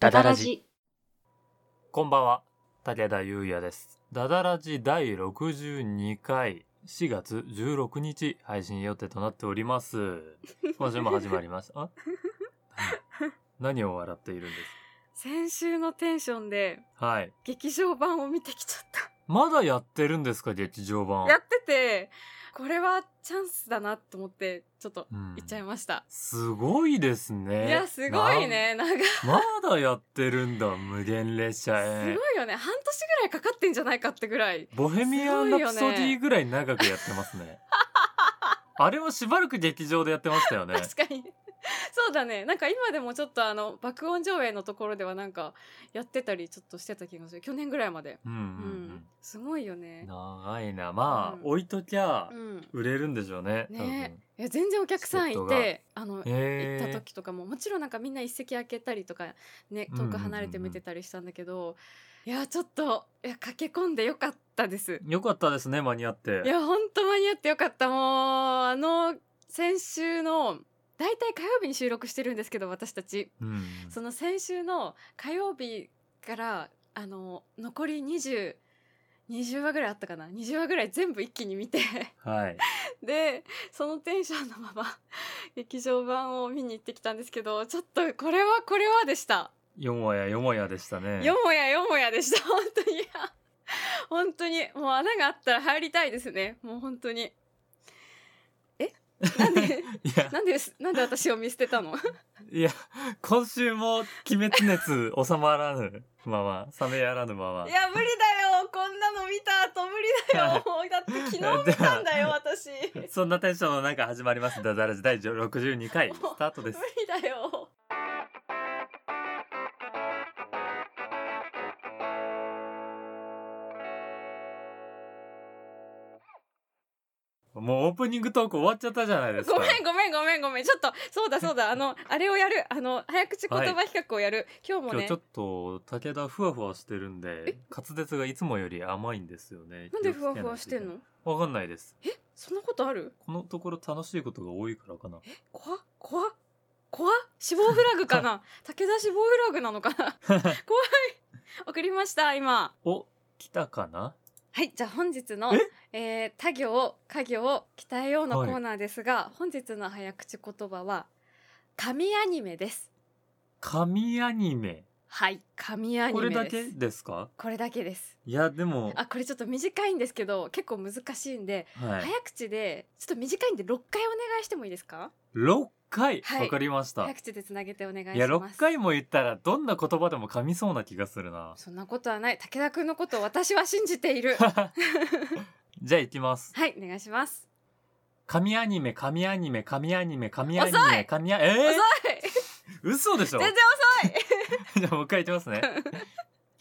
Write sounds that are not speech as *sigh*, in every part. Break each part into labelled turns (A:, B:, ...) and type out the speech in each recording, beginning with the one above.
A: ダダラジ。こんばんは、武田優也です。ダダラジ第62回、4月16日配信予定となっており
B: *laughs*
A: ます。今週も始まりました。あ *laughs* 何を笑っているんです
B: 先週のテンションで
A: かはい。
B: 劇場版を見てきちゃっ
A: まだやってるんですか、劇場版
B: た。。 *laughs* やってて、これはチャンスだなと思って、ちょっと
A: うん
B: 行っちゃいました。
A: すごいですね。
B: いや、すごいね。なんか、す
A: な。まだやってるんだ、無限列
B: ご
A: 車へ。
B: いよね。半年ぐらいかかってんじゃないかってぐらい。
A: ボヘミアン・ラプソデ
B: すごいよ
A: ィ
B: ね
A: ぐらい長くやってます
B: *laughs*
A: ね。あれはしばらく劇場でやってましたよね。
B: 確かに。 *laughs* そうだね。なんか今でもちょっとあの、爆音上映のところではなんか、やってたりちょっとしてた気がする。去年ぐらいまで。
A: うんうんう
B: う
A: ん
B: ん。すごいよね。
A: 長いな。まあ、
B: うん
A: 置いときゃ
B: うん。
A: 売れるんでしょうね。多分
B: ねいや全然お客さんい
A: チケッ
B: て、あの、行った
A: へ
B: 時とかももちろんなんかみんな一席空けたりとかね
A: うんうんうん
B: 遠
A: うん
B: く離れて見てたりしたんだけど、いやちょっといや駆け込んでよかったです
A: え。よかったですね、間に合って
B: い。やほんと間に合ってよかったもうあの先週の大体火曜日に収録してるんですけど私たち
A: うん
B: その先週の火曜日からあの残り2020話ぐらいあったかな20話ぐらい全部一気に見て
A: はい。
B: でそのテンションのま *laughs* ま劇場版を見に行ってきたんですけどちょっとこれはこれはでした、
A: よもやよもやでしたね。
B: よもやよもやでした *laughs* 本当にいや本当にもう穴があったら入りたいですねもう本当にえなんで
A: いや、
B: なんですなんで私を見捨てたの
A: いや、今週も鬼滅熱収まらぬまま、冷めやらぬまま
B: い。や無理だよこんなの見た後無理だよもうだって昨日見たんだよ私無理
A: そんなテンションの中始まります。ダダラジ第62回スタートです。
B: だよ
A: もうオープニングトーク終わっちゃったじゃないですか。
B: ごめんごめんごめんごめんちょっとそうだそうだ
A: *laughs*
B: あのあれをやるあの早口言葉比較をやる、今日
A: 今
B: も
A: 日
B: ね
A: ちょっと武田ふわふわしてるんで滑舌がいつもより甘いんですよね
B: なんでふわふわしてんの
A: わかんないです
B: そんなことある
A: このところ楽しいことが多いからかな
B: 怖っ怖っ怖っ死亡フラグか
A: *laughs*
B: な武田死亡フラグなのかな怖い送りました今
A: お来たかな
B: はいじゃあ本日のえー他行家行鍛えようのコーナーですが、本日の早口言葉は神アニメです
A: 神アニメ
B: はい神アニ
A: これ
B: メです
A: だけですか
B: これだけです
A: いやでも
B: *laughs* あこれちょっと短いんですけど結構難しいんで
A: はい
B: 早口でちょっと短いんで6回お願いしてもいいですか
A: 6回
B: はい
A: わかりました
B: 早口でつなげてお願いします
A: いや6回も言ったらどんな言葉でも噛みそうな気がする
B: *laughs*
A: な
B: そんなことはない武田君のことを私は信じて
A: *laughs*
B: いる
A: じゃあ行きます
B: はいお願いします
A: 神アニメ神アニメ神アニメ神アニ
B: 遅
A: メ
B: い
A: 神ア
B: 遅い
A: えー嘘でしょ
B: 全然
A: *laughs*
B: 遅い
A: じゃあもう一回いきますね。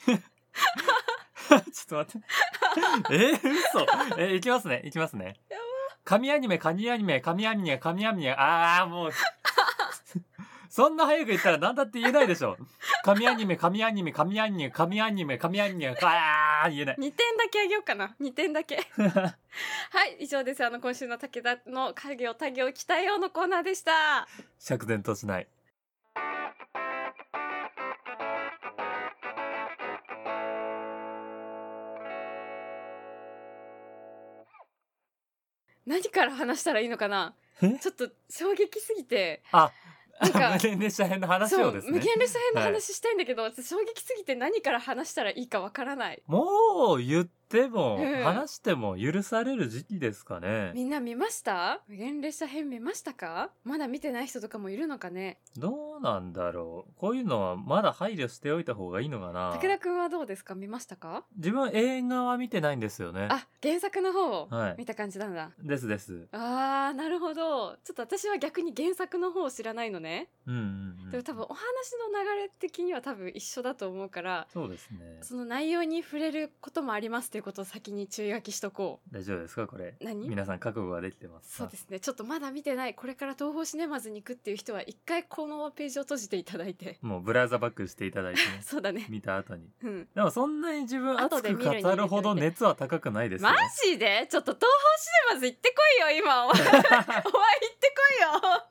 A: ちょっと待って。えー、嘘。えー、いきますね。いきますね。神アニメ、神アニメ、神アニメ、神アニメ、あーもう。 *laughs* そんな早く言ったら何だって言えないでしょ。神アニメ、神アニメ、神アニメ、神アニメ、神アニメ、あー言えない。 *laughs*
B: 2点だけあげようかな2点だけはい以上ですあの今週の武田の家業他業鍛えようのコーナーでした
A: 釈然としない。
B: 何から話したらいいのかな
A: え
B: ちょっと衝撃すぎてなんか
A: *laughs* 無限列車編の話をです
B: 無
A: ね。
B: 限列車編の話したいんだけど、衝撃すぎて何から話したらいいかわからない
A: もう言っても、
B: うん
A: 話しても許される時期ですかね。
B: みんな見ました無限列車編見ましたかまだ見てない人とかもいるのかね
A: どうなんだろうこういうのはまだ配慮しておいた方がいいのかな
B: 武田くんはどうですか見ましたか
A: 自分は映画は見てないんですよね。
B: あ原作の方を
A: はい。
B: 見た感じなんだ、
A: ですです。
B: あーなるほどちょっと私は逆に原作の方を知らないのね、
A: うんうん、うん。
B: でも多分お話の流れ的には多分一緒だと思うから
A: そうですね。
B: その内容に触れることもありますということを先に注意書きしとこ
A: 大丈夫ですかこれ。
B: う何
A: 皆さん覚悟ができてます
B: そ
A: か
B: うですねちょっとまだ見てないこれから東宝シネマズに行くっていう人は一回このページを閉じていただいて
A: もうブラウザバックしていただいてね、
B: そうだね
A: 見た後に。
B: うん
A: でもそんなに自分熱
B: 後で
A: く
B: 見るに
A: 語るほど
B: 入れ
A: 熱は高くないですよ、
B: マ
A: ね。
B: ジでちょっと東宝シネマズ行ってこいよ
A: *laughs*
B: 今お前お前行ってこいよ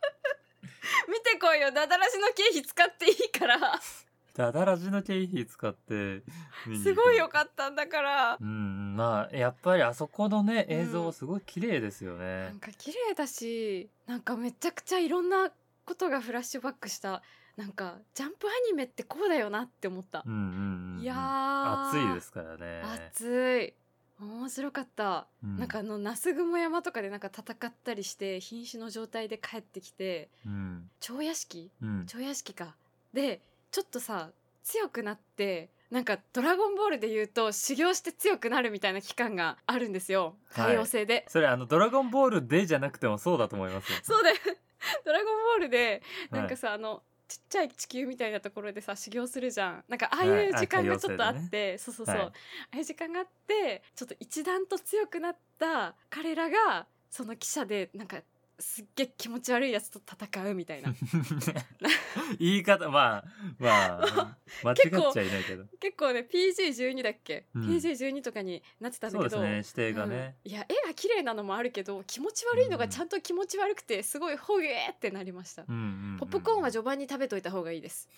B: 見てこいよダダラシの経費使っていいから
A: ダダラジの経費使って見に行く
B: すごい良かったんだから
A: うんまあやっぱりあそこのね
B: うん
A: 映像すごい綺麗ですよ
B: な
A: ね
B: ん、か綺麗だしなんかめちゃくちゃいろんなことがフラッシュバックしたなんかジャンプアニメってこうだよなって思った
A: う、ん、うんうんうん
B: いやー
A: 暑いですからね
B: 熱い面白かった、
A: うん
B: なんかあの那須雲山とかでなんか戦ったりして瀕死の状態で帰ってきて
A: うん
B: 蝶屋敷
A: うん
B: 蝶屋敷かでちょっとさ強くなってなんか「ドラゴンボール」で言うと修行して強くなるみたいな期間があるんですよ
A: はい
B: 海王星で、
A: それあの「ドラゴンボール」でじゃなくてもそうだと思いますよ
B: *laughs* そうだよドラゴンボールで
A: はい
B: なんかさ、あのちっちゃい地球みたいなところでさ修行するじゃんなんかああ
A: はいいうあ
B: 時間
A: 海王
B: が
A: 星
B: ち
A: でね
B: ょっとあってそうそうそう、
A: はい
B: ああいう時間があってちょっと一段と強くなった彼らがその汽車でなんかすっげえ気持ち悪いやつと戦うみた
A: *laughs*
B: いな
A: 言い方まあ
B: *laughs*
A: まあ間違
B: 結構
A: っちゃいないけど
B: 結構ね PG12 だっけ、
A: うん
B: PG12 とかになってたんだ
A: そう
B: け
A: で
B: ど
A: すね指定がね、
B: うんいや絵が綺麗なのもあるけど気持ち悪いのがちゃんと気持ち悪くてすごいほげーってなりました、
A: うんうんうん
B: ポップコーンは序盤に食べといた方がいいです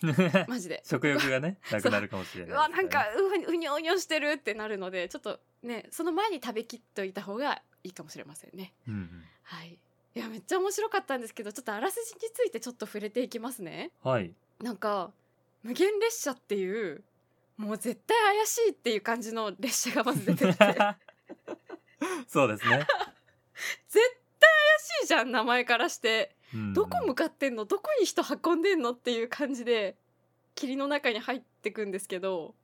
B: マジで
A: *laughs* 食欲がねなくなるかもしれ
B: う
A: な
B: わ
A: い
B: なん
A: です
B: から
A: ね
B: うふうにょうにょしてるってなるのでちょっとねその前に食べきっといた方がいいかもしれませんね
A: うんうん
B: はいいやめっちゃ面白かったんですけどちょっとあらすじについてちょっと触れていきますね
A: はい
B: なんか無限列車っていうもう絶対怪しいっていう感じの列車がまず出
A: *laughs*
B: てきて絶対怪
A: そうですね、
B: しいじゃん名前からして
A: うんうん
B: どこ向かってんのどこに人運んでんのっていう感じで霧の中に入ってくんですけど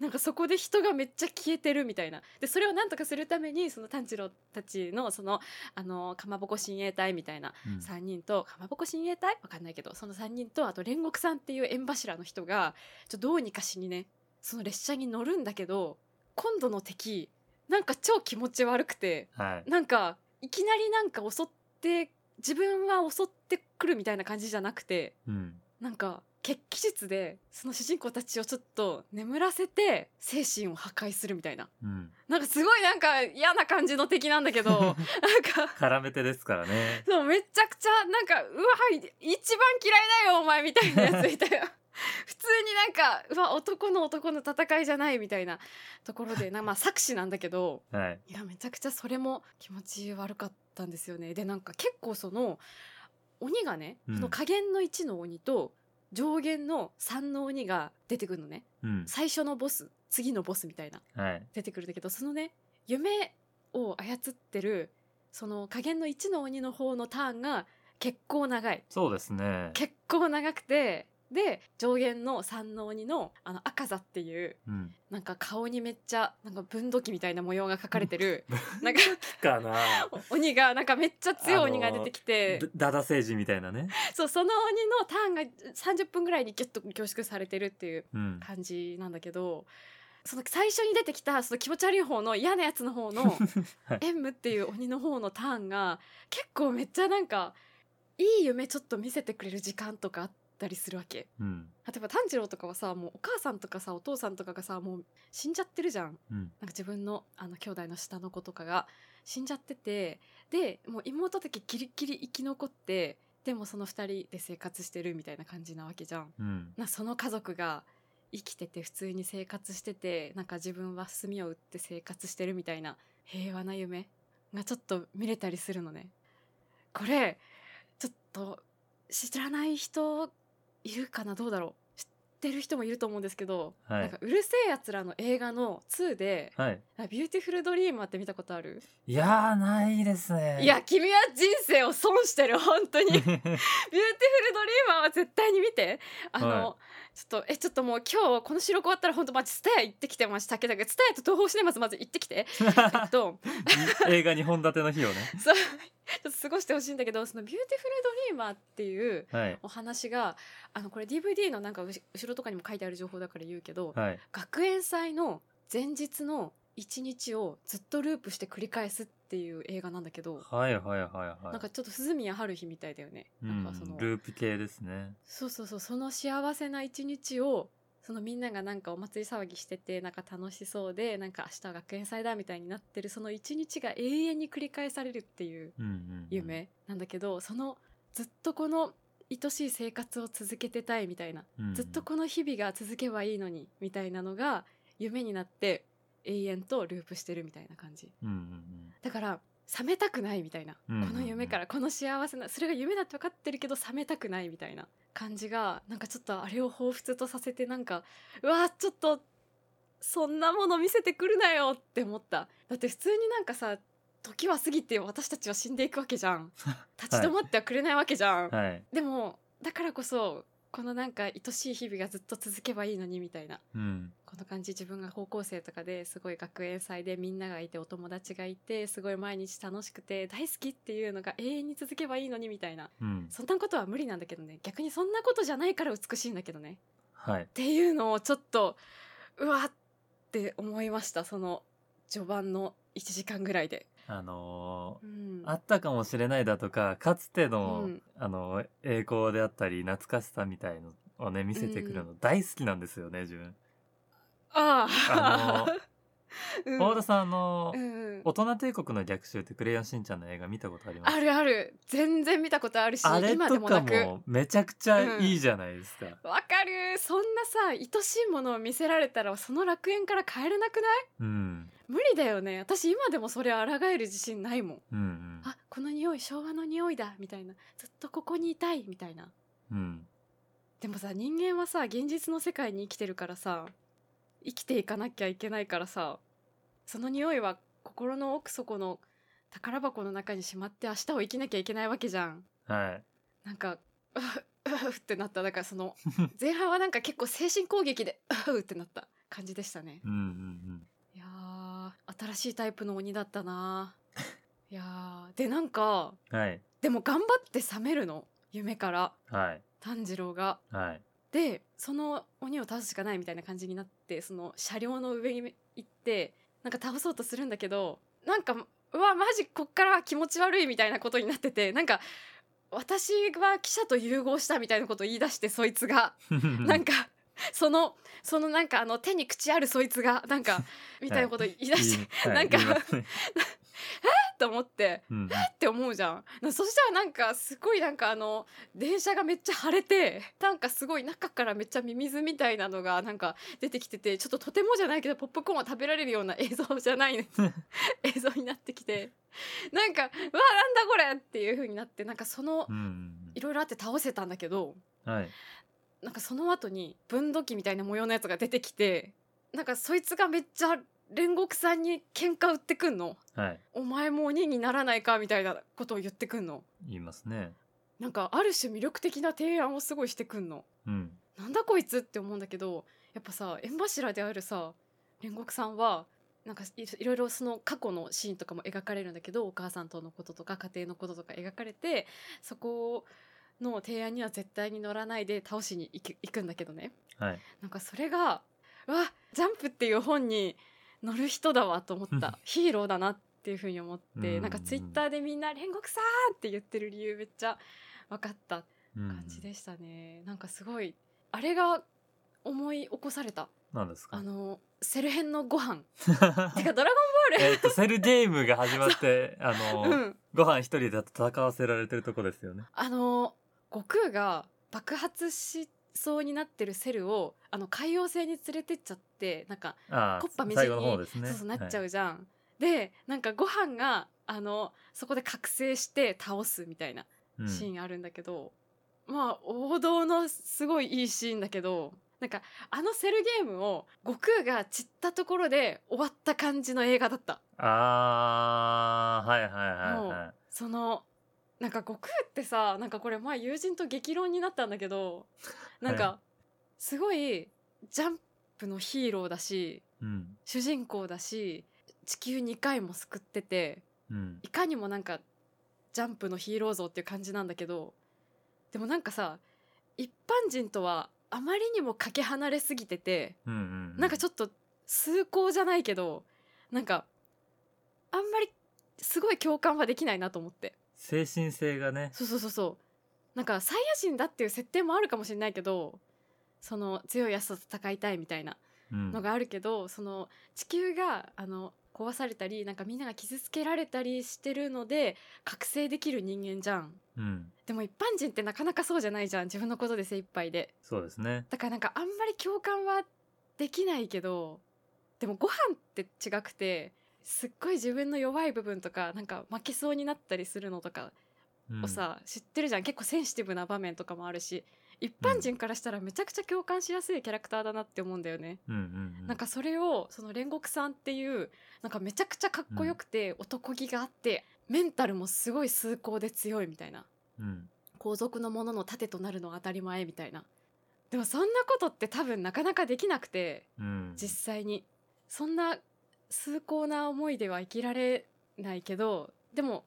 B: なんかそこで人がめっちゃ消えてるみたいなでそれをなんとかするためにその炭治郎たちのそのあのかまぼこ親衛隊みたいな
A: うん
B: 3人とかまぼこ親衛隊わかんないけどその3人とあと煉獄さんっていう縁柱の人がちょどうにかしにねその列車に乗るんだけど今度の敵なんか超気持ち悪くて
A: はい
B: なんかいきなりなんか襲って自分は襲ってくるみたいな感じじゃなくて
A: うん
B: なんか血気術でその主人公たちをちょっと眠らせて精神を破壊するみたいな
A: うん
B: なんかすごいなんか嫌な感じの敵なん
A: *laughs*
B: だけどなんか
A: 絡めてですからね
B: そうめちゃくちゃなんかうわ一番嫌いだよお前みたいなやついたよ普通になんかうわ男の男の戦いじゃないみたいなところでなまあ作詞なんだけど
A: はい
B: いやめちゃくちゃそれも気持ち悪かったんですよねでなんか結構その鬼がね、
A: うん
B: その下限の1の鬼と上限の3の鬼が出てくるのね
A: うん
B: 最初のボス次のボスみたいな
A: はい
B: 出てくるんだけどそのね夢を操ってるその下限の1の鬼の方のターンが結構長い
A: そうですね
B: 結構長くてで上限の3の鬼のあの赤座っていう
A: うん
B: なんか顔にめっちゃなんか分度器みたいな模様が描かれ
A: *laughs*
B: てるなんか
A: かな
B: お鬼がなんかめっちゃ強い鬼が出てきて、
A: ダダ政治みたいなね
B: そうその鬼のターンが30分ぐらいにギュッと凝縮されてるっていう
A: うん
B: 感じなんだけどその最初に出てきたその気持ち悪い方の嫌なやつの方の
A: *laughs* はい
B: エンムっていう鬼の方のターンが結構めっちゃなんかいい夢ちょっと見せてくれる時間とかあったりするわけ。
A: うん
B: 例えば炭治郎とかはさもうお母さんとかさお父さんとかがさもう死んじゃってるじゃん
A: うん
B: なんか自分のあの兄弟の下の子とかが死んじゃっててでもう妹だけギリギリ生き残ってでもその2人で生活してるみたいな感じなわけじゃん。
A: うん
B: なその家族が生きてて普通に生活しててなんか自分は炭を売って生活してるみたいな平和な夢がちょっと見れたりするのね。これちょっと知らない人いるかなどうだろう知ってる人もいると思うんですけど、
A: はい
B: なんかうるせえやつらの映画の2で
A: はい
B: あビューティフルドリーマーって見たことある、
A: いやーないですね
B: いや
A: *laughs*
B: 君は人生を損してる本当に *laughs* ビューティフルドリーマーは絶対に見てあの、
A: は
B: ちょっとえちょっともう今日この収録終わったら本当マジスタヤ行ってきてましたけどツタヤと東宝シネマズまず行って
A: *laughs*
B: きてえっと
A: 映画2本立ての日をね
B: そうちょっと過ごしてほしいんだけどそのビューティフルドリーマーっていう
A: はい
B: お話があのこれ DVD のなんかうし後ろとかにも書いてある情報だから言うけど、
A: はい
B: 学園祭の前日の一日をずっとループして繰り返すっていう映画なんだけど、
A: はいはいはい
B: なん
A: は
B: かちょっと涼宮春日みたいだよね。
A: い
B: なんかそ
A: うん
B: の
A: ループ系ですね
B: そうそうそうその幸せな一日をそのみんながなんかお祭り騒ぎしててなんか楽しそうでなんか明日は学園祭だみたいになってるその一日が永遠に繰り返されるっていう
A: うんうんうん
B: 夢なんだけど、そのずっとこの1愛しい生活を続けてたいみたいな、
A: うん
B: ずっとこの日々が続けばいいのにみたいなのが夢になって永遠とループしてるみたいな感じ
A: うんうん
B: だから冷めたくないみたいな、
A: うんうんうん
B: この夢からこの幸せなそれが夢だって分かってるけど冷めたくないみたいな感じがなんかちょっとあれを彷彿とさせてなんかうわーちょっとそんなもの見せてくるなよって思っただって普通になんかさ時は過ぎて私たちは死んでいくわけ
A: *laughs*
B: じゃん立ち止まってはくれないわけじゃん、
A: うんはい
B: でもだからこそこのなんか愛しい日々がずっと続けばいいのにみたいな
A: うん
B: この感じ自分が高校生とかですごい学園祭でみんながいてお友達がいてすごい毎日楽しくて大好きっていうのが永遠に続けばいいのにみたいな
A: うん
B: そんなことは無理なんだけどね逆にそんなことじゃないから美しいんだけどね
A: はい
B: っていうのをちょっとうわって思いましたその序盤の1時間ぐらいで。
A: あのー
B: うん
A: あったかもしれないだとかかつての、
B: うん
A: あの栄光であったり懐かしさみたいのをね見せてくるの大好きなんですよね自分。
B: あ
A: あのー
B: *laughs* うん
A: 大田さんあのー
B: うんうん
A: 大人帝国の逆襲ってクレヨンしんちゃんの映画見たことあります
B: あるある全然見たことあるし
A: あれ
B: 今で
A: と
B: も
A: か
B: なく
A: もめちゃくちゃいいじゃないですか。
B: わかるそんなさ愛しいものを見せられたらその楽園から帰れなくない
A: うん。
B: 無理だよね私今でもそれ抗える自信ないもん
A: うんうん。
B: あこの匂い昭和の匂いだみたいなずっとここにいたいみたいな
A: うん。
B: でもさ人間はさ現実の世界に生きてるからさ生きていかなきゃいけないからさその匂いは心の奥底の宝箱の中にしまって明日を生きなきゃいけないわけじゃん
A: はい。
B: なんか、うふうふってなった。だからその、前半はなんか結構精神攻撃で、うふうってなった感じでしたね
A: う。んうん
B: いやー、新しいタイプの鬼だったないやー、でなんか、
A: うん。はい。
B: でも頑張って覚めるの。夢から、
A: はい。
B: 炭治郎が。
A: はい。
B: で、その鬼を倒すしかないみたいな感じになって、その車両の上に行って、なんか倒そうとするんだけど、なんか、うわ、マジこっからは気持ち悪いみたいなことになってて、なんか、私は記者と融合したみたいなことを言い出して、そいつが。 *laughs* なんか、その、そのなんかあの手に口あるそいつが、なんか、みたいなこと言い出して、
A: いい
B: なんか
A: いいますね
B: と思って、
A: うん
B: って思うじゃん。なそしたらなんかすごいなんかあの電車がめっちゃ腫れてなんかすごい中からめっちゃミミズみたいなのがなんか出てきててちょっととてもじゃないけどポップコーンを食べられるような映像じゃない、ね、映像になってきてなんかうわなんだこれっていう風になってなんかその
A: うんうん
B: いろいろあって倒せたんだけど
A: うん。
B: *laughs*
A: はい。
B: なんかその後に分度器みたいな模様のやつが出てきてなんかそいつがめっちゃ煉獄さんに喧嘩売ってくんの。
A: はい。
B: お前も鬼にならないかみたいなことを言ってくんの。
A: 言いますね。
B: なんかある種魅力的な提案をすごいしてくんの。
A: うん。
B: なんだこいつって思うんだけどやっぱさ縁柱であるさ煉獄さんはなんかいいろいろその過去のシーンとかも描かれるんだけどお母さんとのこととか家庭のこととか描かれてそこの提案には絶対に乗らないで倒しに行く行くんだけどね
A: はい。
B: なんかそれが「うわジャンプ」っていう本に乗る人だわと思っ
A: うん
B: たヒーローだなっていうふうに思っ
A: うんうんう
B: て
A: ん
B: なんかツイッターでみんな「煉獄さん!」って言ってる理由めっちゃ分かった
A: うん
B: 感じでしたね、なんかすごいあれが思い起こされた
A: なんですか
B: あのセル編のご飯てかドラ
A: *laughs* えっと、セルゲームが始ま
B: *laughs*
A: って、あ
B: ゴンう
A: の、
B: ん
A: ご飯一人で戦わせられてるとこですよね。
B: あの悟空が爆発しそうになってるセルをあの海洋星に連れてっちゃってなんか
A: あ
B: コッパ
A: あ、
B: みじん
A: 最
B: に
A: 後の方ですね。
B: そうそうなっちゃ
A: は
B: う
A: い
B: じゃん、でなんかご飯があのそこで覚醒して倒すみたいな
A: うん
B: シーンあるんだけど、まあ王道のすごいいいシーンだけどなんかあのセルゲームを悟空が散ったところで終わった感じの映画だった
A: ああ、はいはいはいはい。
B: そのなんか悟空ってさなんかこれ前友人と激論になったんだけどなん
A: は
B: かすごいジャンプのヒーローだし
A: うん。
B: 主人公だし地球2回も救ってて
A: うん。
B: いかにもなんかジャンプのヒーロー像っていう感じなんだけどでもなんかさ一般人とはあまりにもかけ離れすぎてて
A: うんうん。
B: なんか
A: ょ
B: ちょっと崇高じゃないけどなんかあんまりすごい共感はできないなと思って
A: 精神性がね。
B: そうそうそうそうなんかサイヤ人だっていう設定もあるかもしれないけどその強いやつと戦いたいみたいな
A: うん
B: のがあるけど、その地球があの壊されたりなんかみんなが傷つけられたりしてるので覚醒できる人間じゃん
A: うん。
B: でも一般人ってなかなかそうじゃないじゃん自分のことで精一杯で
A: そうですね。
B: だからなんかあんまり共感はできないけどでもご飯って違くてすっごい自分の弱い部分とかなんか負けそうになったりするのとか
A: うん
B: をさ、知ってるじゃん結構センシティブな場面とかもあるし一般人からしたらめちゃくちゃ共感しやすいキャラクターだなって思うんだよね。
A: うんうんうん。
B: なんかそれをその煉獄さんっていうなんかめちゃくちゃかっこよくて、男気があってメンタルもすごい崇高で強いみたいな
A: うん。
B: 皇族のものの盾となるのは当たり前みたいなでもそんなことって多分なかなかできなくて
A: うん。
B: 実際にそんな崇高な思いでは生きられないけどでも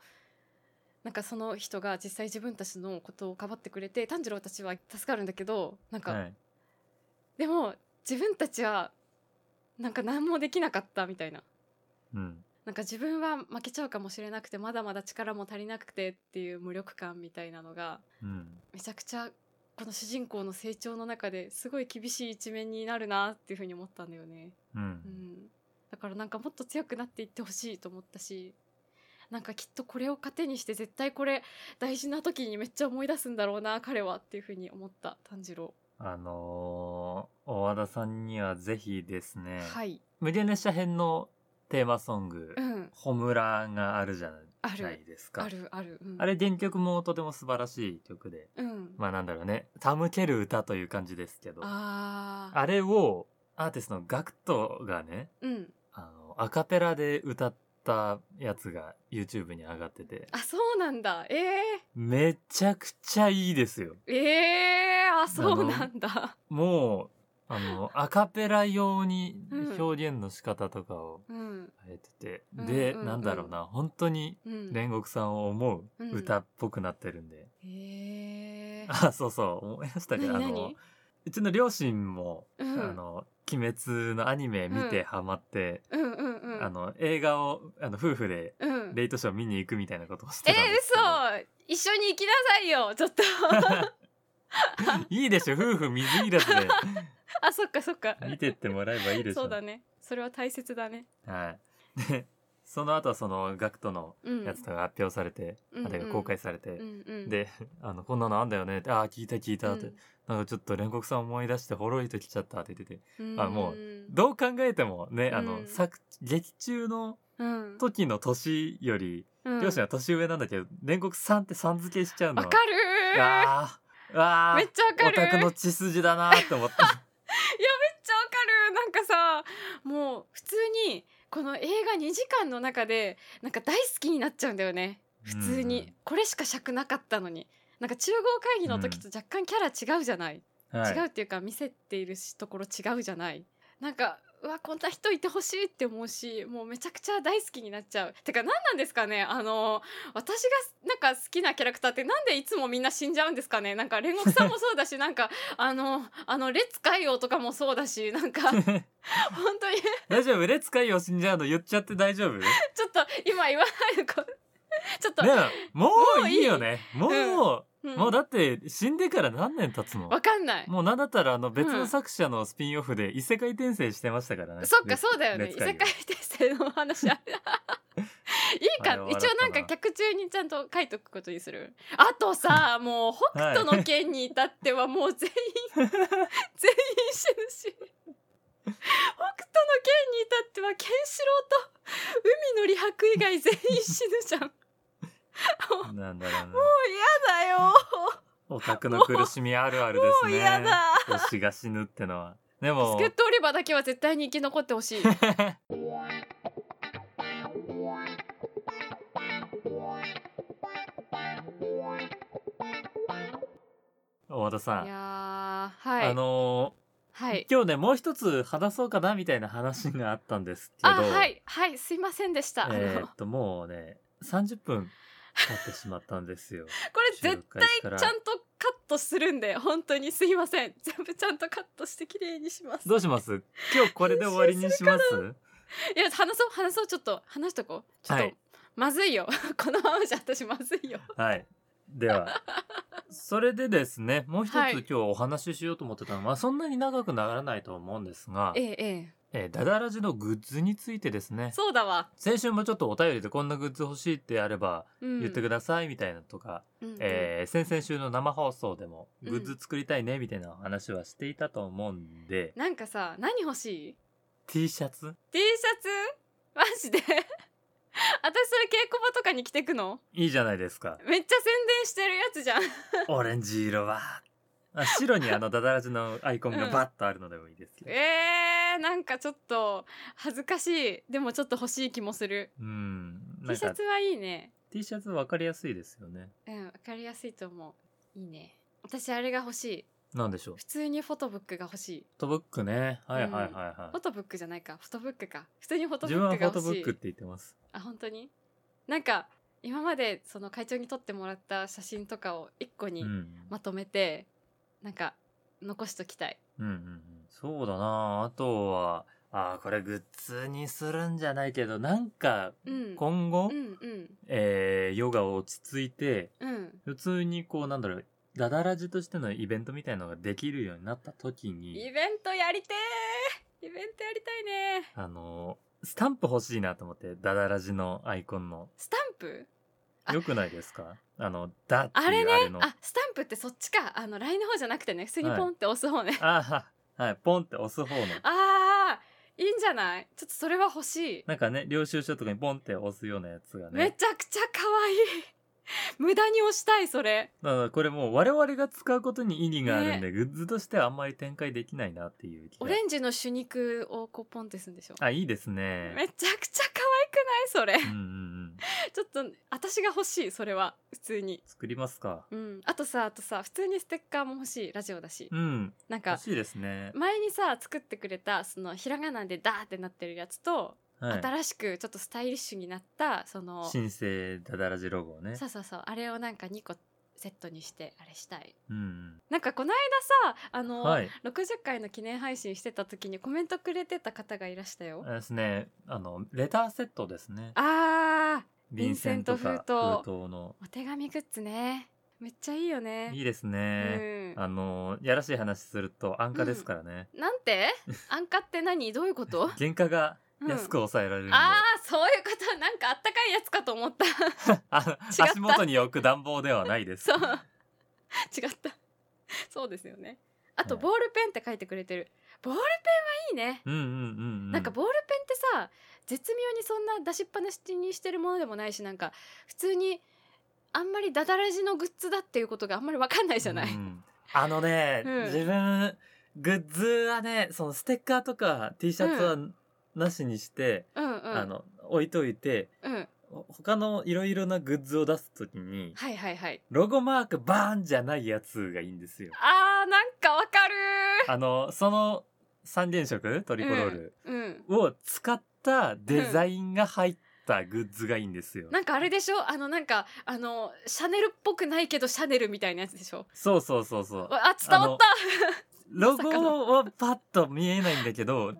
B: なんかその人が実際自分たちのことをかばってくれて炭治郎たちは助かるんだけどなんか、
A: はい。
B: でも自分たちはなんか何もできなかったみたいな
A: うん。
B: なんか自分は負けちゃうかもしれなくてまだまだ力も足りなくてっていう無力感みたいなのが
A: うん。
B: めちゃくちゃこの主人公の成長の中ですごい厳しい一面になるなっていうふうに思ったんだよね。
A: う。
B: うんん、だからなんかもっと強くなっていってほしいと思ったしなんかきっとこれを糧にして絶対これ大事な時にめっちゃ思い出すんだろうな彼はっていうふうに思った炭治郎。
A: あのー、大和田さんにはぜひですね、
B: はい、
A: 無限列車編のテーマソング、
B: うん、
A: ホムラがあるじゃ
B: ある
A: ないですか。
B: あるある、うん、
A: あれ原曲もとても素晴らしい曲で、
B: うん、
A: まあなんだろうね、手向ける歌という感じですけど、あ
B: ああ
A: れをアーティストのガクトがね、
B: うん
A: あの、アカペラで歌ったやつが YouTube に上がってて、
B: あそうなんだえ
A: めちゃくちゃいいですよ。
B: ー、えー、あそうなんだ
A: もう、あ
B: *laughs*
A: の、アカペラ用に
B: うん
A: 表現の仕方とかを
B: うん
A: 変えてて、
B: うん
A: で、
B: うん
A: なんだろうな、本当に
B: うん
A: 煉獄さんを思う
B: うん
A: 歌っぽくなってるん
B: *laughs*
A: で。
B: えー、
A: あ、そうそう、思い出したけど、あ
B: 何
A: の
B: 何、
A: うちの両親も、
B: うん
A: あの、鬼滅のアニメ見
B: う
A: て
B: ん
A: ハマって、
B: うんうんうん
A: あの、映画を、あの、夫婦で
B: *laughs* うん
A: レイトショー見に行くみたいなことをし
B: え
A: て
B: ー
A: たんですけど。
B: 嘘一緒に行きなさいよち
A: *laughs*
B: ょっと
A: いいでしょ、夫婦水入らずで
B: あそっかそっか
A: 見てってもらえばいいでしょ。
B: そうだねそれは大切だね
A: はい。で、その後はその、ガクトの
B: うん
A: やつとかが発表されて、
B: うん
A: あれが公開されて、
B: うんうん
A: で、あの、こんなのあんだよねって、ああ、聞いた聞いたって、なんかちょっと煉獄さん思い出してほろりと来ちゃったって言ってて、
B: うん
A: あもう
B: うん
A: どう考えてもね、あの、
B: うん
A: 作、劇中の
B: うん
A: 時の年より、
B: うん
A: 両親は年上なんだけど、煉獄さんってさん付けしちゃうの
B: わ
A: は。
B: かる
A: あーあ
B: ー
A: ー
B: めっちゃわか
A: オ
B: る
A: タクの血筋だなーって思った。
B: めっちゃわかるなんかさもう普通にこの映画2時間の中でなんか大好きになっちゃうんだよね普通に、これしか尺なかったのになんか中合会議の時と若干キャラ違うじゃない、
A: うん。はい
B: 違う
A: *laughs*
B: っていうか見せているしところ違うじゃないなんかうわこんな人いてほしいって思うしもうめちゃくちゃ大好きになっちゃうてか何なんですかねあの私がなんか好きなキャラクターってなんでいつもみんな死んじゃうんですかねなんか煉獄さんもそう
A: *laughs*
B: だしなんかあのあの列海王とかもそうだしな
A: *laughs*
B: んか本当に
A: 大丈夫レッツカイヨ死んじゃうの言っちゃって大丈夫ね
B: ちょっと今言わないのかちょっと、
A: えもういいよね。もう、
B: うん
A: もうだって死んでから何年経つの
B: わかんない
A: もうなんだったらあの別
B: う
A: の
B: ん
A: 作者のスピンオフで異世界転生してましたからね。
B: そっかそうだよね異
A: 熱
B: 世
A: 帯魚
B: 界転生の
A: *laughs*
B: お話あいいか
A: あれは
B: 一
A: 笑ったな
B: 応なんか客中にちゃんと書いとくことにするあ
A: *laughs*
B: とさもう北斗の剣に至ってはもう全員全員死ぬし北斗の剣に至ってはケンシロウと海の利白以外全員死ぬ
A: *laughs*
B: じゃんもう
A: なんだろうな。
B: 嫌だよも
A: オタクの苦しみあるあるです
B: う
A: ね。
B: 嫌だ
A: 推しが死ぬってのは。で
B: ス
A: も
B: ケ、ットオリバーだけは絶対に生き残ってほしい
A: *laughs* 大和田さ
B: い
A: ん。
B: やーはい
A: あの
B: はい
A: ー今日ね、もう一つ話そうかなみたいな話があったんですけど、
B: あはいはいすいませんでした、
A: え
B: あ
A: ー
B: の
A: っと、もうね、30分経ってしまったんですよ。
B: これ *laughs* 絶
A: 対
B: ちゃんとカットするんで本当にすいません *laughs* 全部ちゃんとカットして綺麗にします
A: どうします今日これで終わりにし
B: *laughs*
A: ます
B: いや話そう話そうちょっと話しとこうちょっと、
A: はい
B: まずいよ *laughs* このままじゃ私まずいよ
A: はい。では。それでですね、もう一つ
B: はい
A: 今日お話ししようと思ってたのは、まあそんなに長くならないと思うんですが
B: え、ええ
A: えーダダラジのグッズについてですね。
B: そうだわ、
A: 先週もちょっとお便りでこんなグッズ欲しいってあれば
B: うん、
A: 言ってくださいみたいなとか、
B: うんうん
A: えー先々週の生放送でも
B: うん
A: グッズ作りたいねみたいな話はしていたと思うんで、
B: なんかさ何欲しい
A: T シャツ
B: T シャツ *laughs* マジで私それ稽古場とかに着てくの
A: いいじゃないです
B: *laughs*
A: か
B: めっちゃ宣伝してるやつじゃん *laughs*
A: オレンジ色はあ白にあのダダラジのアイコンがバッとあるのでもいいですけど、
B: えー、なんかちょっと恥ずかしいでもちょっと欲しい気もする
A: うん、な
B: T
A: ん
B: シャ
A: か
B: ツはいいね
A: T シャツ分かりやすいですよね
B: うんわかりやすいと思ういいね私あれが欲しい
A: なんでしょう
B: 普通にフォトブックが欲しい
A: フォトブックねはいはいはい
B: フ
A: は
B: ォトブックじゃないかフォトブックか普通にフォ
A: い
B: トブ
A: 自分
B: ッ
A: は
B: ク
A: フ
B: が
A: ォトブ
B: 欲し
A: ッ
B: い
A: クって言ってます
B: あ本当になんか今までその会長に撮ってもらった写真とかを一個
A: う
B: に
A: ん
B: まとめて、なんか残しときたい
A: うんうんうん、そうだなあとはあーこれグッズにするんじゃないけどなんか
B: うん
A: 今後、
B: うんうん
A: えーヨガを落ち着いて
B: うん
A: 普通にこうなんだろうダダラジとしてのイベントみたいのができるようになった時
B: イ
A: に
B: ベントやりてーイベントやりたいね
A: あのスタンプ欲しいなと思ってダダラジのアイコンの
B: スタンプあ
A: よくないですかあの「だ」っていう
B: あ
A: あ
B: れね
A: れの
B: あスタンプってそっちかあの LINE の方じゃなくてね普通にポンって押す方ね、
A: あーはいポンって押す方の
B: あーいいんじゃないちょっとそれは欲しい
A: なんかね領収書とかにポンって押すようなやつが
B: め
A: ね
B: ちゃくちゃ可愛い *laughs* 無駄に押したいそれ
A: だからこれもう我々が使うことに意義があるんで、グッズとしてはあんまり展開できないなっていう気
B: オ
A: が
B: レンジの手肉をこうポンってするんでしょ
A: あいいですね
B: めちゃくちゃ可愛くないそれ *laughs*
A: うんうんうん
B: ちょっと私が欲しいそれは普通に
A: 作りますか
B: うんあとさあとさ普通にステッカーも欲しいラジオだ
A: *laughs*
B: し
A: うん
B: なんか
A: 欲しいですね
B: 前にさ作ってくれたそのひらがなでダーってなってるやつと、
A: はい
B: 新しくちょっとスタイリッシュになったその
A: 新生ダダラジロゴをね
B: そうそうそうあれをなんか2個セットにしてあれしたい
A: うん
B: なんかこの間さあ
A: う
B: の、
A: んはい
B: 60回の記念配信してた時にコメントくれてた方がいらしたよ
A: あれですねあのレターセットですね
B: あー
A: 便箋とか
B: 便箋
A: 封
B: と封筒
A: 筒の
B: お手紙グッズねめっちゃいいよね
A: いいですね、
B: うん
A: あのやらしい話すると安価ですからね、
B: なんて安価って何どういうこと、
A: 原価が
B: うん
A: 安く抑えられるんで、
B: ああそういうことなんかあったかいやつかと思った *laughs*
A: あの
B: た
A: 足元に置く暖房ではないです
B: そう違ったそうですよねあと
A: はい
B: ボールペンって書いてくれてるボールペンはいいね、
A: うんうんうん、うん、
B: なんかボールペンってさ絶妙にそんな出しっぱなしにしてるものでもないしなんか普通にあんまりダダラジのグッズだっていうことがあんまりわかんないじゃない、
A: うんあのね、
B: うん
A: 自分グッズはねそのステッカーとか T シャツはなしにして、
B: うん、うんうん
A: あの置いといて
B: うん
A: ほ他のいろいろなグッズを出す時に
B: はいはいはい
A: ロゴマークバーンじゃないやつがいいん
B: *laughs*
A: ですよ。
B: あーなんかわかる
A: あのその三原色トリコロール
B: ーうん
A: を使ったデザインが入ったグッズがいいんですよ。
B: なんかあれでしょあのなんかあのシャネルっぽくないけどシャネルみたいなやつでしょ
A: そうそうそうそう。
B: あ伝わっ
A: ロゴはパッと見えないんだけ
B: *laughs*
A: ど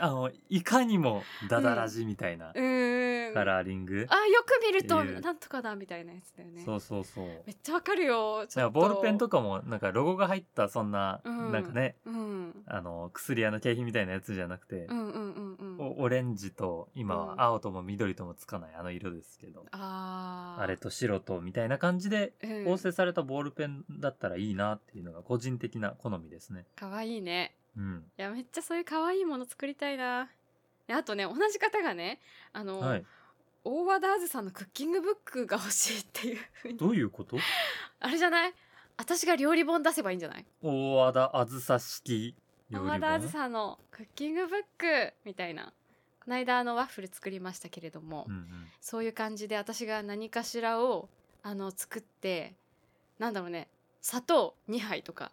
A: あのいかにもダダラジみたいな
B: たうーん
A: カラーリング、
B: あよく見ると
A: っていう
B: なんとかだみたいなやつだよね
A: そうそうそう
B: めっちゃわかるよち
A: なん
B: ょ
A: か
B: っと
A: ボールペンとかもなんかロゴが入ったそんな、
B: うん
A: なんかね
B: うん
A: あの薬屋の景品みたいなやつじゃなくて
B: う、んうんうんうん
A: おオレンジと今
B: うん
A: は青とも緑ともつかないあの色ですけど、
B: あー
A: あれと白とみたいな感じで
B: うん
A: 構成されたボールペンだったらいいなっていうのが個人的な好みですね。
B: かわいいね
A: うん、
B: いやめっちゃそういうかわいいもの作りたいなであとね同じ方がねあの、
A: はい。
B: 大和田あずさんのクッキングブックが欲しいっていうふうに
A: どういうこと？
B: あれじゃない私が料理本出せばいいんじゃない
A: 大和田あずさ式料理
B: マダーズ
A: 本。
B: さんのクッキングブックみたいなこの間あのワッフル作りましたけれども、
A: うんうん。
B: そういう感じで私が何かしらをあの作ってなんだろうね砂糖2杯とか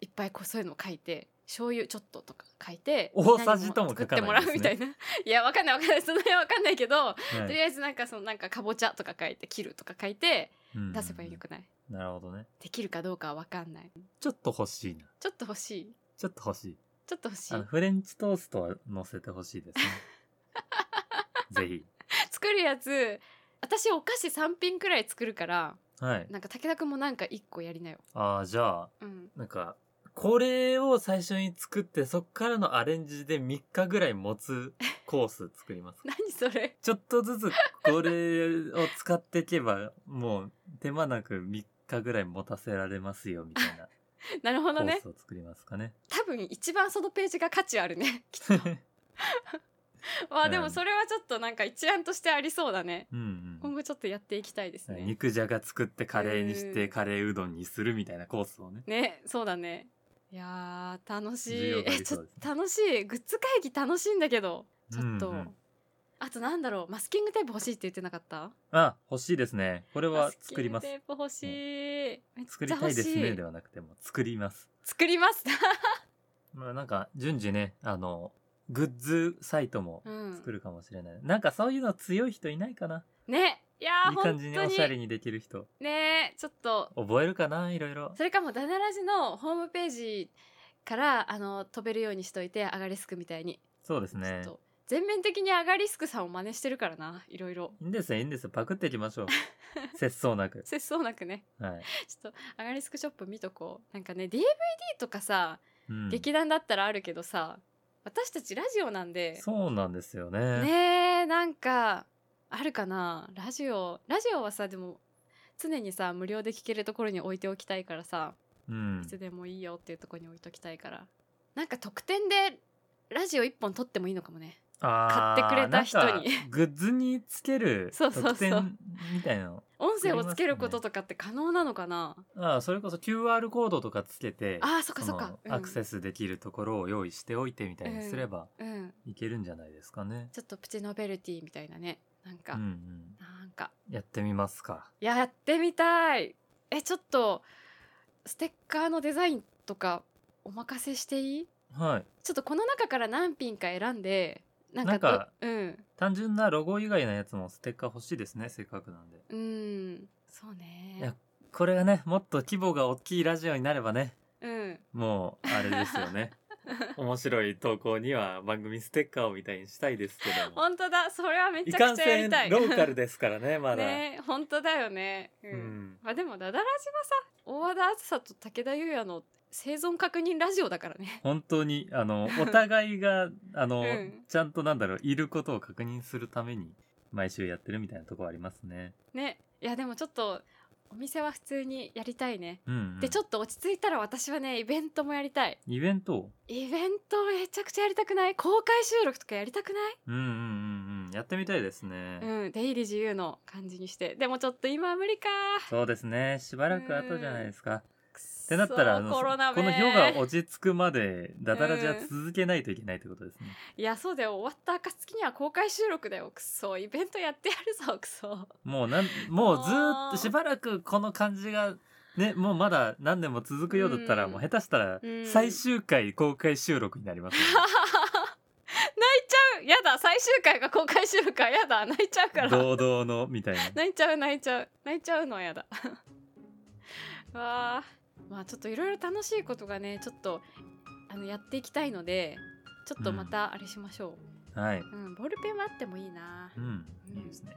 B: いっぱいこうそういうのを書いて醤油ちょっととか書いて
A: 大さじとも
B: 作
A: 書
B: って
A: か
B: も
A: な
B: ら
A: いん
B: う
A: ですね
B: みたいな、 *laughs* いやわかんないわかんないその辺わかんないけど、
A: は
B: と
A: い
B: りあえずなんかそのなんかかぼちゃとか書いて切るとか書いて
A: うんうん
B: 出せばよくない、
A: なるほどね。
B: できるかどうかはわかんない
A: ちょっと欲しいな。
B: ちょっと欲しい
A: ちょっと欲しい。
B: ちょっと欲しい
A: あのフレンチトーストは乗せてほしい
B: *laughs*
A: ですね。ぜひ。
B: 作るやつ私お菓子3品くらい作るから
A: はい。
B: なんか武田くんもなんか1個やりなよ
A: ああ、じゃあ、
B: うん
A: なんか、これを最初に作って、そっからのアレンジで3日ぐらい持つコース作ります。
B: 何それ
A: ちょっとずつこれを使っていけば、もう手間なく3日ぐらい持たせられますよ、みたいな
B: *laughs* なるほ
A: コ
B: ど
A: ー
B: ね
A: スを作りますかね。
B: 多分一番そのページが価値あるね *laughs* き
A: *laughs*
B: っとまあで
A: う
B: も
A: ん
B: それはちょっとなんか一覧としてありそうだね
A: うんう
B: 今
A: ん。
B: 後ちょっとやっていきたいですね
A: 肉じゃが作ってカレーにし
B: う
A: て
B: ん
A: カレーうどんにするみたいなコースをね。
B: ねそうだねいやー楽し
A: 需
B: い
A: 要があ
B: え
A: り
B: ち
A: そ
B: ょ
A: う
B: っ
A: ですね
B: と楽しいグッズ会議楽しいんだけどちょっと、
A: うんうん
B: あとなんだろうマスキングテープ欲しいって言ってなかった
A: あ、欲しいですね。これ
B: マ
A: は
B: スキ
A: 作り
B: ング
A: ます。
B: テープ欲しい、めっ
A: 作
B: ち
A: り
B: ゃ
A: た
B: 欲
A: い
B: しい
A: ですねではなくても作ります。
B: 作ります
A: まあなんか順次ね、あの、グッズサイトも
B: うん
A: 作るかもしれない。なんかそういうの強い人いないかな。
B: ねいやー
A: いい
B: 本
A: 感
B: 当
A: じ
B: に
A: におしゃれにできる人。
B: ねちょっと
A: 覚えるかないろいろ。
B: それかもダナラジのホームページからあの飛べるようにしといてアガリスクみたいに、
A: そうです
B: ちょっ
A: ね。
B: と全面的にアガリスクさんを真似してるからないろいろ
A: いいんですよ、いいんですよ。パクっていきまし
B: *laughs*
A: ょう。節操なく。
B: 切相なくね *laughs*
A: はい。
B: ちょっとアガリスクショップ見とこうなんかね DVD とかさ、
A: うん、
B: 劇団だったらあるけどさ私たちラジオなんで
A: そうなんですよね。
B: ねえなんかあるかなラジオラジオはさでも常にさ無料で聴けるところに置いておきたいからさ
A: うん
B: い。つでもいいよっていうところに置いときたいからなんか特典でラジオ1本撮ってもいいのかもね
A: あー
B: 買ってくれた人に
A: なんかグッズにつける
B: そうそうそう
A: 特典みたいなの。
B: 音声をつけることとかって可能なのかな、
A: ああ、それこそ QR コードとかつけて、
B: あーそっか
A: そ
B: そっか
A: の、アクセスできるところを用意しておいてみたいにすれば
B: うん、うん、
A: いけるんじゃないですかね。
B: ちょっとプチノベルティみたいなねなんか、
A: うんうん。
B: なんか
A: やってみますか。
B: いややってみたいえちょっとステッカーのデザインとかお任せしていい
A: はい。
B: ちょっとこの中から何品か選んでなんか
A: なんか
B: どうん
A: 単純なロゴ以外のやつもステッカー欲しいですね、せっかくなんで。
B: うんそう
A: いや
B: ね
A: これがね、もっと規模が大きいラジオになればね、
B: うん
A: もう、あれですよ
B: *laughs*
A: ね。面白い投稿には番組ステッカーをみたいにしたいですけども。
B: 本当だそれはめ
A: い
B: ち
A: か
B: ゃ
A: ん
B: くちゃや
A: せ
B: り
A: ん
B: たい
A: ローカルですからね、まだ。
B: ね本当だよね、うん
A: うん
B: まあでもダダラジはさ大和田梓と武田裕也の生存確認ラジオだからね *laughs*
A: 本当に、あ *laughs* の、お互いが、あの、
B: うん
A: ちゃんとなんだろう、いることを確認するために、毎週やってるみたいなとこありますね。
B: ねいやでもちょっとお店は普通にやりたいね、
A: うん、
B: でちょ
A: っと。
B: っと落ち着いたら私はねイベントもやりたい
A: イベントを
B: イベントめちゃくちゃやりたくない公開収録とかやりたくない
A: うんうんうんうん。やってみたいですね。
B: うん出入り自由の感じにしてでもちょっと今は無理か
A: そうですね。しばらく後じゃないですか。
B: くっ
A: ってなったら、あ
B: そ
A: の
B: コロナ
A: こ
B: め
A: の世が落ち着くまで、ダダラジは続けないといけないってことですね。
B: いやそうだよ終わった暁には公開収録だよくそイベントやってやるぞくそ
A: もうなん、もうずーっ
B: あー
A: としばらくこの感じが、ね、もうまだ何年も続くようだったら、
B: うん
A: もう下手したら
B: うん
A: 最終回公開収録になりますよ
B: *laughs*
A: ね、
B: 泣いちゃう *laughs* やだ最終回が公開収録はやだ泣いちゃうから
A: 堂々のみたいな。
B: 泣いちゃう泣いちゃう泣いちゃうのはやだ *laughs* わあまあちょっといろいろ楽しいことがねちょっとあのやっていきたいのでちょっとまたあれしましょ
A: はい。
B: う、うんボールペンはあってもいいな
A: うん、いいですね。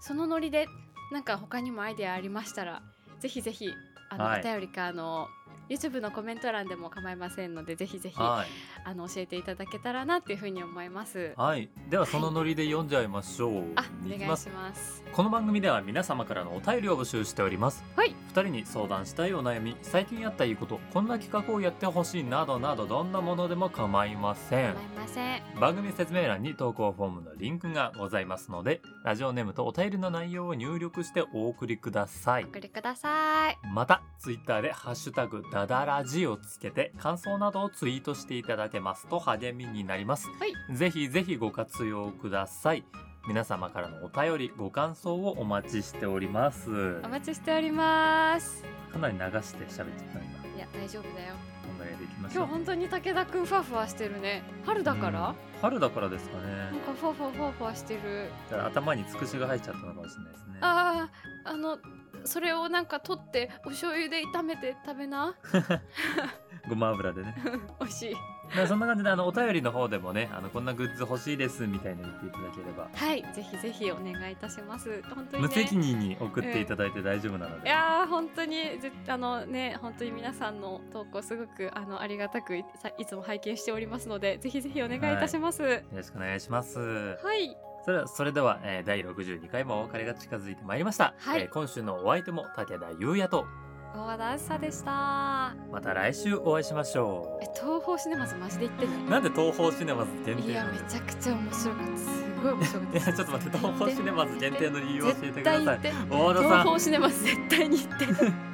B: そのノリでなんか他にもアイデアありましたらぜひぜひあの、
A: はい
B: お便りかあの YouTube のコメント欄でも構いませんのでぜひぜひあ
A: はい。
B: の教えていただけたらなっていうふうに思います。
A: はい。ではそのノリで読んじゃいましょう。
B: あお
A: い
B: 願い
A: き
B: し
A: ま。
B: ますす。
A: この番組では皆様からのお便りを募集しております。
B: はい。
A: 2人に相談したいお悩み最近あったいいことこんな企画をやってほしいなどなどどんなものでも構いません
B: 構いません。
A: 番組説明欄に投稿フォームのリンクがございますのでラジオネームとお便りの内容を入力してお送りくださ
B: お
A: い
B: 送りください。
A: またツイッターで「ハッシュタグダダラジ」をつけて感想などをツイートしていただけますと励みになります、
B: はい
A: ぜひぜひご活用ください皆様からのお便りご感想をお待ちしております
B: お待ちしております。
A: かなり流して喋っちゃった今
B: いや大丈夫だよ。
A: こんぐらいでいきましょ
B: 今
A: う
B: 日本当に武田くんふわふわしてるね。春だから？
A: うん春だからですか
B: なん
A: ね
B: かふわふわふわふわしてる。
A: だから頭につくしが入っちゃったのかもしれないですね
B: あああのそれをなんか取ってお醤油で炒めて食べな。
A: ごま油でね
B: *laughs* 美味しい。
A: からそんな感じであのお便りの方でもねあのこんなグッズ欲しいですみたいな言っていただければ
B: はいぜひぜひお願いいたします本当に
A: 無
B: ね
A: 責任に送っていただいて大丈夫なの
B: い
A: で、
B: やー本当にぜあのね本当に皆さんの投稿すごくあのありがたくいさいつも拝見しておりますのでぜひぜひお願いいたしますはい、
A: よろしくお願いしますそれそれでは、えー第62回もお別れが近づいてまいりました、
B: はい
A: えー今週のお相手も武田優也と
B: 大和田あずさでした
A: また来週お会いしましょ
B: え東宝シネマズマジで言って
A: う
B: る
A: なんで東宝シネマズ限
B: い
A: 定
B: や
A: なの
B: めちゃくちゃ面白かったすごい面白かった
A: いやちょっと待って東宝シネマズ限定の理由を教えて
B: 絶
A: くだ
B: 対言
A: さ
B: っ
A: い
B: て
A: 大和田さ
B: 東
A: ん
B: 宝シネマズ絶対に言って